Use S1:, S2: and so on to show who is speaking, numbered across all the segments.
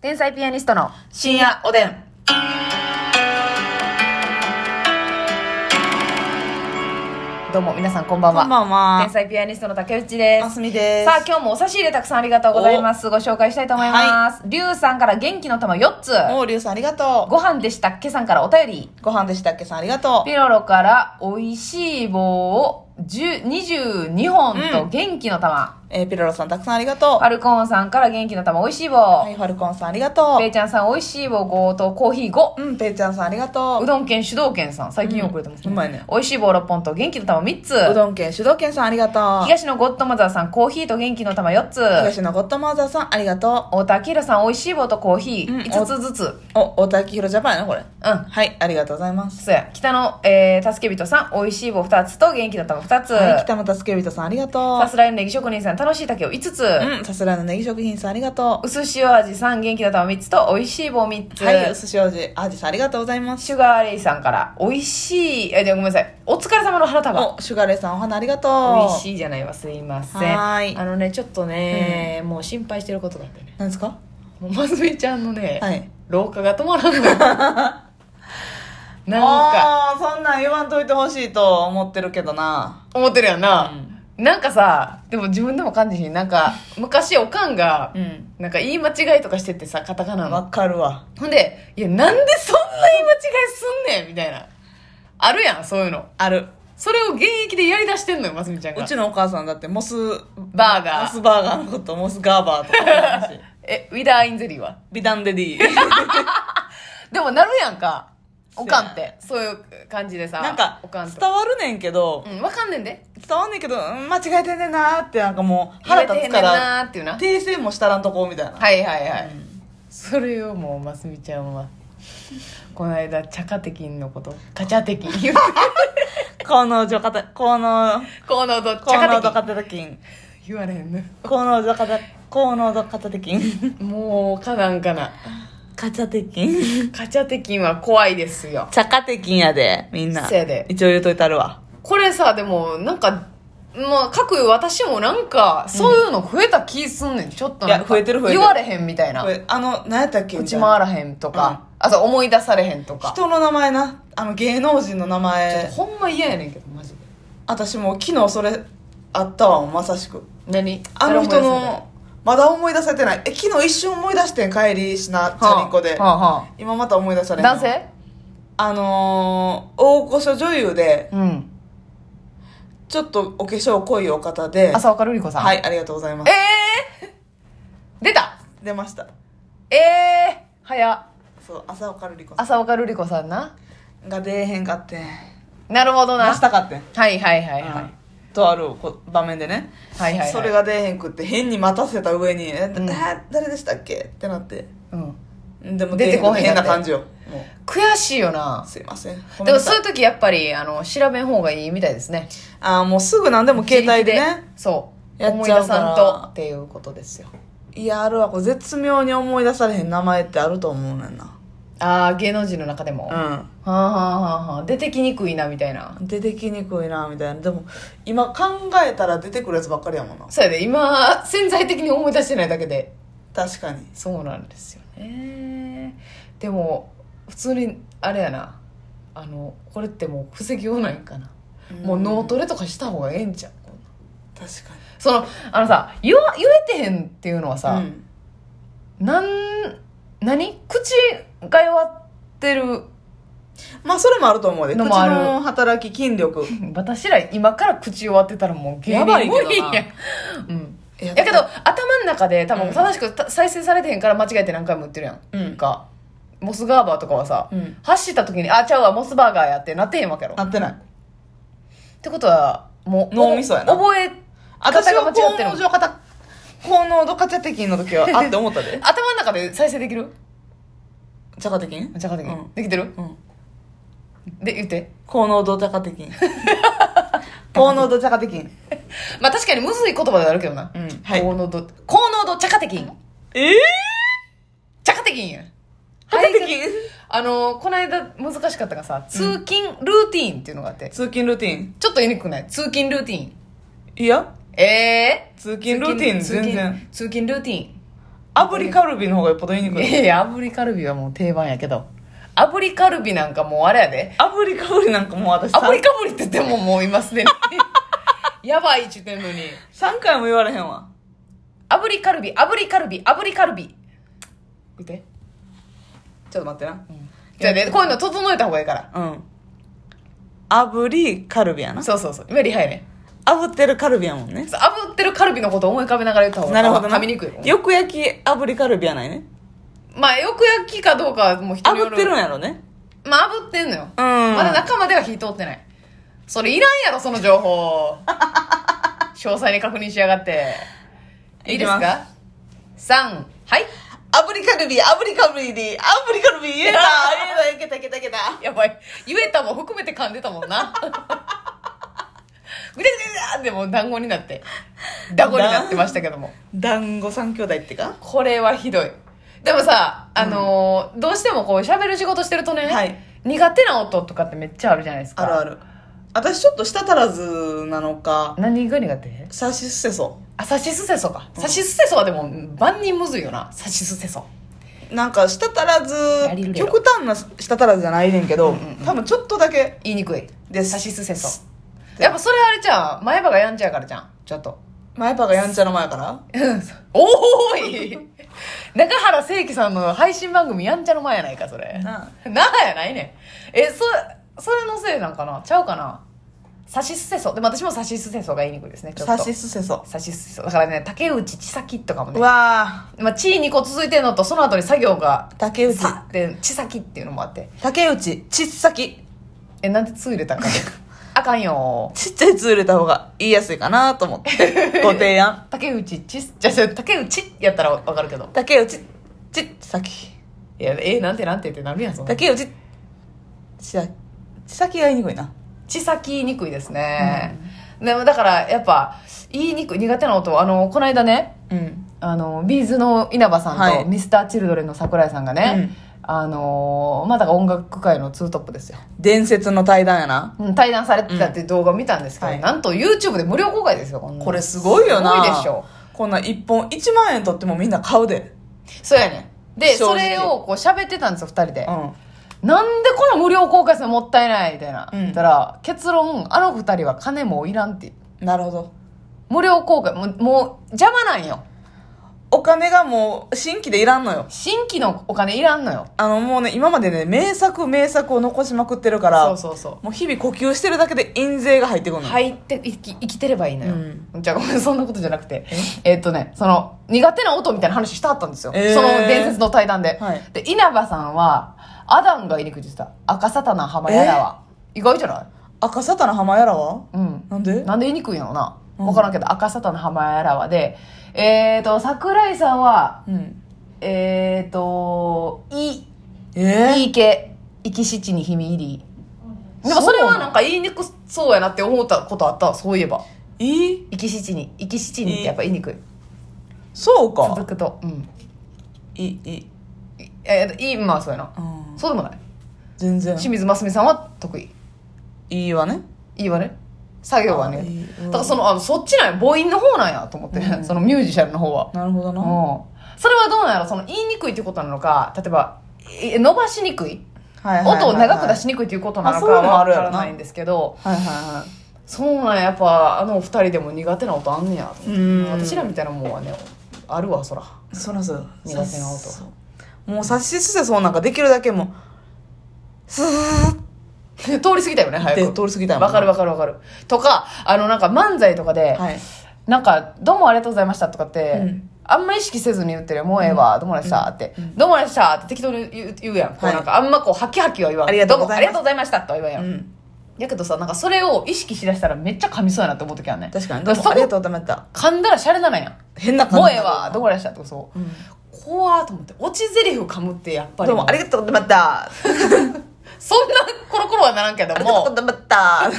S1: 天才ピアニストの
S2: 深夜おでん。
S1: どうも皆さんこんばんは
S2: こんばんは
S1: 天才ピアニストの竹内です
S2: ますみです
S1: さあ今日もお差し入れたくさんありがとうございますご紹介したいと思いますりゅうさんから元気の玉4つ
S2: もうりゅうさんありがとう。
S1: ご飯でしたっけさんからお便り
S2: ご飯でしたっけさんありがとう。
S1: ピロロから美味しい棒を10 22本
S2: う
S1: と
S2: ん
S1: 元気の玉、
S2: えーピロロさんたくさんありがとう。
S1: ファルコーンさんから元気の玉美味しい棒、
S2: はい、ファルコンさんありがと
S1: ペイちゃんさん美味しい棒5とコーヒー5
S2: う。うん、ペイちゃんさんありがと
S1: う
S2: う。
S1: どん県主導権さん最近よくれてますね,、
S2: うんうまいね
S1: 美味しい棒6本と元気の玉3つ
S2: うどん県主導権さんありがとう。
S1: 東のゴッドマザーさんコーヒーと元気の玉4つ
S2: 東のゴッドマザーさんありがと
S1: 太田明さん美味しい棒とコーヒ
S2: うん
S1: ー5つずつ
S2: う。お、大滝ひろジャパンやな、これ。
S1: うん
S2: はい、ありがとうございます。
S1: そうや北の、えー、助け人さん美味しい棒2つと元気の玉2つ、
S2: はい、北本助け人さんありがと
S1: さすらいのネギ職人さん楽しい竹を5つ、
S2: う。うん、さすらいのネギ食品さんありがと
S1: うす塩味さん元気の玉3つと美味しい棒3つ、
S2: う。はい、お寿司王子、アージさんありがとうございます。
S1: シュガーレイさんから美味しいえでごめんなさいお疲れ様の花束
S2: お、シュガーレイさんお花ありがと
S1: 美
S2: う。
S1: 味しいじゃないわすいません
S2: はーい
S1: あのねちょっとね、もう心配してることがあってね
S2: なんですか
S1: もうまずみちゃんのね、
S2: はい。
S1: 廊下が止まらん のなんか
S2: ああーそんなん言わんといてほしいと思ってるけどな
S1: 思ってるやんな、なんかさでも自分でも感じひんなんか昔おかんが、
S2: うん
S1: なんか言い間違いとかしててさカタカナ
S2: わ
S1: の
S2: かるわ
S1: ほんで「いやなんでそんな言い間違いすんねん」みたいなあるやんそういうの
S2: ある
S1: それを現役でやりだしてんのよますみちゃんが
S2: うちのお母さんだってモス
S1: バーガー
S2: モスバーガーのことモスガーバーとか言うし
S1: えウィダーインゼリーは
S2: 美談デディ
S1: でもなるやんかおかんっ
S2: そう
S1: てそういう感じでさ
S2: なんか
S1: おかんと
S2: 伝わるねんけど
S1: うんわかんねんで
S2: 伝わんねんけどうん間違えてんねんなーってなんかもう腹立つか
S1: 言えてへんねん
S2: ら
S1: なーっていうな
S2: 訂正もしたらんとこみたいな、
S1: はいはいはい、
S2: うん
S1: それをもうますみちゃんはこの間チャカテキンのことカチャテキン言って
S2: この女かたこの
S1: このど
S2: この
S1: チャカ
S2: 女
S1: テ
S2: 片手金
S1: キン言われへんね
S2: この女片この女片手 金
S1: もうかなんかな
S2: 片手金
S1: カチャテキンは怖いですよ
S2: 茶化的んやで、みんな。
S1: せやで
S2: 一応言うといたるわ。
S1: これさでもなんかまあ各私もなんかそういうの増えた気すんねん、ちょっとなんか
S2: いや増えてる増えてる
S1: 言われへんみたいな
S2: これ、あの、何やったっけ
S1: 打
S2: みた
S1: ち
S2: いな
S1: 回らへんとか、あと思い出されへんとか
S2: 人の名前な。あの、芸能人の名前。
S1: ほんま嫌やねんけどマジで
S2: 私もう昨日それ、あったわ、まさしく。
S1: 何
S2: あの人の、まだ思い出せてない。え、昨日一瞬思い出してん、帰りしな、チャリンコで。
S1: はあは
S2: 今また思い出さ
S1: あ、
S2: れへん
S1: 男性
S2: あのー、大御所女優で、
S1: うん
S2: ちょっとお化粧濃いお方で。
S1: 浅岡瑠璃子さん
S2: はい、ありがとうございま
S1: え
S2: す。
S1: えー、出た
S2: 出ました。
S1: ええー、早っ
S2: そう、浅岡瑠璃子さ
S1: 浅岡瑠璃子さんなん
S2: が出えへんかってん。
S1: なるほどな
S2: 出したかってん。
S1: はいはいはいはい、
S2: とあるこ場面でね、
S1: はいはいはい
S2: それが出えへんくって変に待たせた上に「え
S1: うん
S2: えー誰でしたっけ?」ってなって
S1: うん、
S2: でも
S1: 出てこへん
S2: 変
S1: かっ
S2: な
S1: た
S2: 感じよも
S1: 悔しいよ
S2: う
S1: な
S2: すいません
S1: でもそういう時やっぱりあの調べん方がいいみたいですね
S2: ああもうすぐ何でも携帯で
S1: 自
S2: ね
S1: 力そう
S2: やっ
S1: 思い
S2: ちゃ
S1: 出
S2: うから
S1: さんとっていうことですよ
S2: いやあるわこれ絶妙に思い出されへん名前ってあると思うねんな
S1: ああ芸能人の中でも、は
S2: う
S1: あ、はあはあはあ、出てきにくいなみたいなん
S2: 出てきにくいなみたいなでも今考えたら出てくるやつばっかりやもんな
S1: そうやで今潜在的に思い出してないだけで
S2: 確かに
S1: そうなんですよねでも普通にあれやなあのこれってもう防ぎようないんかな、もう脳
S2: ん
S1: トレとかした方がええんちゃうこんなん
S2: 確かに
S1: そのあのさ言わ言えてへんっていうのは
S2: う
S1: さ、
S2: ん
S1: なん何口が弱ってる
S2: まあそれもあると思うで口
S1: のもある
S2: の働き筋力
S1: 私ら今から口弱ってたらもう芸
S2: や
S1: 人
S2: ばいけどな
S1: 無理やうん
S2: や
S1: やけど頭の中で多分正しくた再生されてへんから間違えて何回も言ってるやん、
S2: うん
S1: かモスガーバーとかはさ、
S2: うん
S1: 走った時に「あちゃうわモスバーガーや」ってなってへんわけやろ
S2: なってない
S1: ってことはもう
S2: 脳みそやな
S1: 覚え
S2: 私
S1: 方が
S2: は
S1: 間違ってる
S2: 高能上方高能度カチャテキンの時は あって思ったで
S1: 頭の中で再生できる
S2: チャカテキン
S1: ちゃか的に、
S2: うん
S1: できてる
S2: うん
S1: で言って
S2: 高能度チャカテキン 高能度チャカテキン
S1: まあ確かにむずい言葉ではあるけどな、
S2: うんはい
S1: 高濃度高濃度チャカテキン
S2: ええ
S1: チャカテキンや
S2: チャカテキン
S1: あのこの間難しかったがさ通勤ルーティーンっていうのがあって、
S2: 通勤ルーティン
S1: ちょっとユニークくない通勤ルーティーン
S2: いや
S1: ええ
S2: 通勤ルーティン
S1: 通勤
S2: 全然
S1: 通勤ルーティン
S2: あ炙りカルビの方がよっぽど言いにくい
S1: いやいや炙りカルビはもう定番やけど炙りカルビなんかもうあれやで
S2: 炙りカルビなんかもう私
S1: 炙り
S2: 3,
S1: カブリって言ってももう今 すでにやばいって言ってんのに
S2: 回も言われへんわ
S1: 炙りカルビ炙りカルビ炙りカルビ
S2: 見てちょっと待ってな
S1: じゃあねこういうの整えた方がいいから
S2: うん炙りカルビやな
S1: そうそうそう今リハやね
S2: 炙ってるカルビやもんね
S1: そう炙ってるカルビのことを思い浮かべながら言った方が
S2: なるほどな
S1: 噛みにくいよ
S2: よく焼き炙りカルビやないね
S1: まあよく焼きかどうかはもう人によ
S2: 炙ってるんやろね
S1: まあ炙ってんのよ、
S2: うん
S1: まだ中までは火通ってないそれいらんやろその情報 詳細に確認しやがっていいです
S2: いき
S1: か3はい
S2: 炙りカルビ炙りカルビで炙りカルビ言えた言えたいけたいけたいけた
S1: やばい言えたも含めて噛んでたもんな ぐちゃぐちゃぐちゃってもう団子になって団子になってましたけども
S2: 団子三兄弟ってか
S1: これはひどいでもさあのーどうしてもこう喋る仕事してるとね、
S2: はい
S1: 苦手な音とかってめっちゃあるじゃないですか
S2: あるある私ちょっと舌足らずなのか
S1: 何が苦手
S2: 差し捨てそ
S1: あ、サシスセソか。サシスセソはでも、万人むずいよな。サシスセソ。
S2: うなんか舌足ら
S1: やりる
S2: ず
S1: やろ
S2: 極端な舌足らずじゃないねんけど、多分ちょっとだけ
S1: 言いにくい。
S2: です
S1: サシスセソ。やっぱそれあれじゃん。前歯がやんちゃやからじゃん。ちょっと。
S2: 前歯がやんちゃの前から
S1: うんおーい中原誠樹さんの配信番組やんちゃの前やないか、それ。
S2: な
S1: なあやないねん。え、そ、それのせいなんかなちゃうかなサシスセソ。でも私もサシスセソが言いにくいですね、ちょっ
S2: 差
S1: と。
S2: し捨てそ
S1: サシスセソ。だからね、竹内千咲とかも
S2: うう
S1: ね。
S2: わ
S1: まあ、地位2個続いてんのと、その後に作業が
S2: ー、竹内
S1: さって、千咲っていうのもあって。
S2: 竹内ちっさき
S1: えなんで2入れた んかあかんよ
S2: ちっちゃいツ入れた方が言いやすいかなと思ってご提 案
S1: 竹内ちじゃあ竹内やったらわかるけど
S2: 竹内ちっさき
S1: いやえなんてなんてってなるやんその
S2: 竹内ちさちさきが言いにくいな
S1: ちさきにくいですね、でもだからやっぱ言いにくい苦手な音あのこの間ね
S2: うん
S1: あのビーズの稲葉さんと、
S2: はい
S1: ミスターチルドレンの桜井さんがね、あのまあだから音楽界のツートップですよ、
S2: 伝説の対談やな
S1: うん対談されてたっていう動画を見たんですけど、
S2: うんはい
S1: なんと YouTube で無料公開ですよこんなの
S2: これすごいよな
S1: すごいでしょ
S2: こんなん1本1万円取ってもみんな買うで
S1: そうやねんで
S2: 正直
S1: それをこう喋ってたんですよ2人で、
S2: うん
S1: なんでこの無料公開するのもったいないみたいな。
S2: うん
S1: 言ったら、結論、あの二人は金もいらんって。
S2: なるほど
S1: 無料公開、もう、もう邪魔なんよ。
S2: お金がもう新規でいらんのよ
S1: 新規のお金いらんのよ。
S2: あのもうね今までね名作名作を残しまくってるから
S1: そうそうそ
S2: もう日々呼吸してるだけで印税が入ってくる
S1: う。
S2: の、
S1: 入って、生き、生きてればいいのよ。じゃあごめん、そんなことじゃなくて。えっとね、その、苦手な音みたいな話したはったんですよ。
S2: えー
S1: その伝説の対談で。
S2: はい
S1: で、稲葉さんは、アダンが言いにくいって言ってた。赤サタナ浜やらは。意外じゃな
S2: 赤沙汰の浜やらはい
S1: うん。
S2: なんで
S1: なんで言いにくいのな
S2: うん
S1: 分からんけど、赤沙汰の浜やらはで、えっ、ー、と、桜井さんは、
S2: うん
S1: えっ、ー、と、い、
S2: え
S1: いいけ、いきしちにひみ入り。でもそれはなんか言いにくそうやなって思ったことあったわそういえば。
S2: ー、いい
S1: いきしちに、いきしちにってやっぱ言いにくい。
S2: そう
S1: 続
S2: か
S1: くと。うん。
S2: いいいい、
S1: いえー、いい、まあそうやな。
S2: うん、
S1: そうでもない。
S2: 全然
S1: 清水真澄さんは得意。
S2: いいわね
S1: いいわね。作業はね
S2: あいい。うん
S1: だからその、あのそっちなんや。母音の方なんやと思って。
S2: うん
S1: そのミュージシャルの方は。
S2: なるほどな、
S1: うん、それはどうなんやろその言いにくいってことなのか例えばえ伸ばしにくい
S2: はいはいはいはい
S1: 音を長く出しにくいっていうことなのか
S2: あそういうのも
S1: は
S2: ある
S1: 分
S2: や
S1: か
S2: ろ
S1: ら
S2: な
S1: ないんですけど
S2: はいはいはい
S1: そうなんややっぱあのお二人でも苦手な音あんねや
S2: うん
S1: 私らみたいなもんはねあるわそら
S2: そらそう
S1: 苦手な音
S2: そうもう差し捨てそうなんかできるだけもうスーっ
S1: 通り過ぎたよね
S2: て
S1: 早く
S2: 通り過ぎたいもん
S1: わかるわかるわかるとかあのなんか漫才とかで、
S2: はい
S1: なんか「どうもありがとうございました」とかって、
S2: うん
S1: あんま意識せずに言ってるよもうええわ、どうもありがとうございました」って、どうもありがとうございました」って適当に言う言うやん、こう
S2: はい
S1: なんかあんまこうハキハキは言わん
S2: ありがとう
S1: ど
S2: ご
S1: も
S2: ざいます
S1: ありがとうございました」とは言わんや、
S2: うんん
S1: やけどさなんかそれを意識しだしたらめっちゃ噛みそうやなって思う時はね
S2: 確かに
S1: だ
S2: どう
S1: から
S2: もあり
S1: そ
S2: が
S1: こと
S2: うございました
S1: 噛んだらシャレならんやん
S2: 変な感
S1: も
S2: じ
S1: うええわどこでしたとかそう、怖ーと思って落ち台詞噛むってやっぱり
S2: どうもありがとうございました
S1: そんなコロコロはならんけど
S2: ありがとう
S1: も
S2: ございましたっ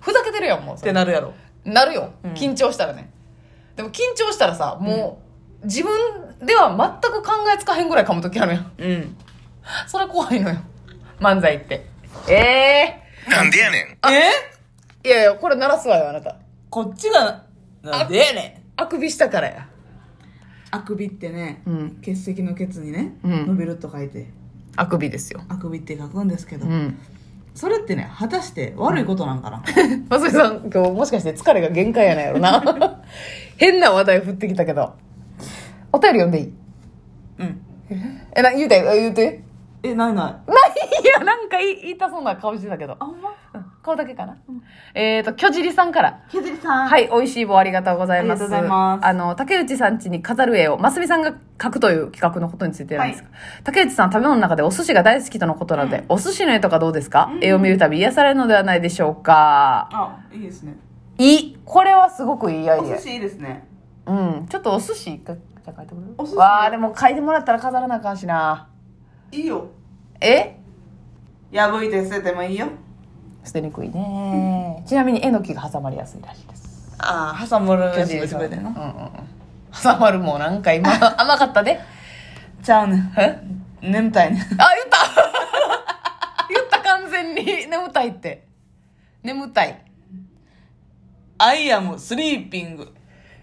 S1: ふざけてるやんもうそ
S2: て
S1: れ
S2: なるやろ
S1: なるよ、
S2: うん
S1: 緊張したらねでも緊張したらさもう、自分では全く考えつかへんぐらい噛む時あるやん
S2: うん
S1: それ怖いのよ漫才ってええ
S3: なんでやねん。
S2: え
S1: いやいやこれ鳴らすわよあなた
S2: こっちがなんでやね
S1: あくびしたからや
S2: あくびってね
S1: うん
S2: 血石の血にね、
S1: うん
S2: 伸びると書いて
S1: あくびですよ
S2: あくびって書くんですけど、
S1: うん
S2: それってね果たして悪いことなんかな、
S1: まささん今日もしかして疲れが限界やないやろな 変な話題振ってきたけどお便り読んでいい
S2: うん、
S1: えな言うてあ言うて
S2: えないない
S1: ないやなんか言い言いたそうな顔してたけど
S2: あほんま
S1: うん顔だけかな、えっ、ー、と巨尻さんから
S2: ケズリさん
S1: はいい、美味しい棒ありがとうございます。
S2: ありがとうございます
S1: あの、竹内さん家に飾る絵を、ますみさんが描くという企画のことについてなんですが、竹内さん食べ物の中でお寿司が大好きとのことなので、お寿司の絵とかどうですか、
S2: うん
S1: 絵を見るたび癒されるのではないでしょうか。
S2: あいいですね
S1: いい。これはすごくいいアイ
S2: お
S1: デ
S2: 寿
S1: ィ
S2: 司いいですね
S1: ア。うん。ちょっとお寿司一回、じゃあ描いてくれる
S2: お寿司
S1: わあでも描いてもらったら飾らなあかんしな。
S2: いいよ
S1: え
S2: 破いて捨ててもいいよ
S1: 捨てにくいね。ちなみにえのきが挟まりやすいらしいです。
S2: ああ挟むるやつ
S1: 巨尻
S2: 別
S1: さん
S2: 々
S1: うん
S2: な
S1: うんうん。挟まるもんなんか今、 甘かったで。
S2: ちゃうねん
S1: え
S2: 眠たいねん
S1: あ、言った 言った完全に。 眠たいって。眠たい。
S2: I am sleeping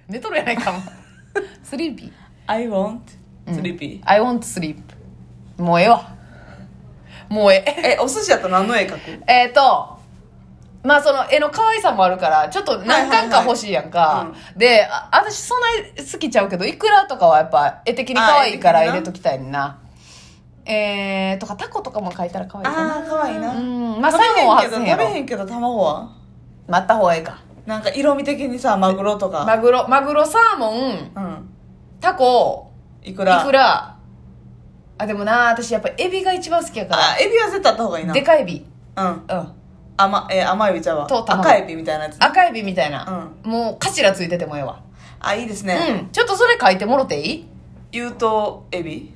S1: 寝とるやないかも。 スリーピー。
S2: I want sleepy、
S1: I want sleep. もうええわ。もうええ。
S2: えお寿司やったら何の絵描く
S1: えっと、まあその絵の可愛さもあるから、ちょっと何巻か欲しいやんか。
S2: はいはいは
S1: で、あ私そんな好きちゃうけど、いくらとかはやっぱ絵的に可愛いから
S2: あ絵的に
S1: 入
S2: な
S1: れときたいな。えー、とかタコとかも描いたら可愛いかな。
S2: ああかわいいな
S1: うんまあサーモンは
S2: 食
S1: 外せ
S2: べ
S1: へんやろ
S2: へんけど食べへんけど卵は
S1: 待った方がええか。
S2: なんか色味的にさマグロとか
S1: マグロ、マグロ、サーモン、
S2: うん
S1: タコ、
S2: いく
S1: イ
S2: ら
S1: クラ。あ、でもな、私やっぱエビが一番好きやか
S2: あエビは絶対あった方がいい
S1: ら。
S2: な
S1: でかいエビ。
S2: うん
S1: うん。
S2: 甘えー甘エビちゃうわ
S1: と卵
S2: 赤エビみたいなやつ
S1: 赤エビみたいな。もう、頭ついててもええわ。
S2: あいいです
S1: う
S2: ね
S1: ん。ちょっとそれ書いてもろていい
S2: 優等エビ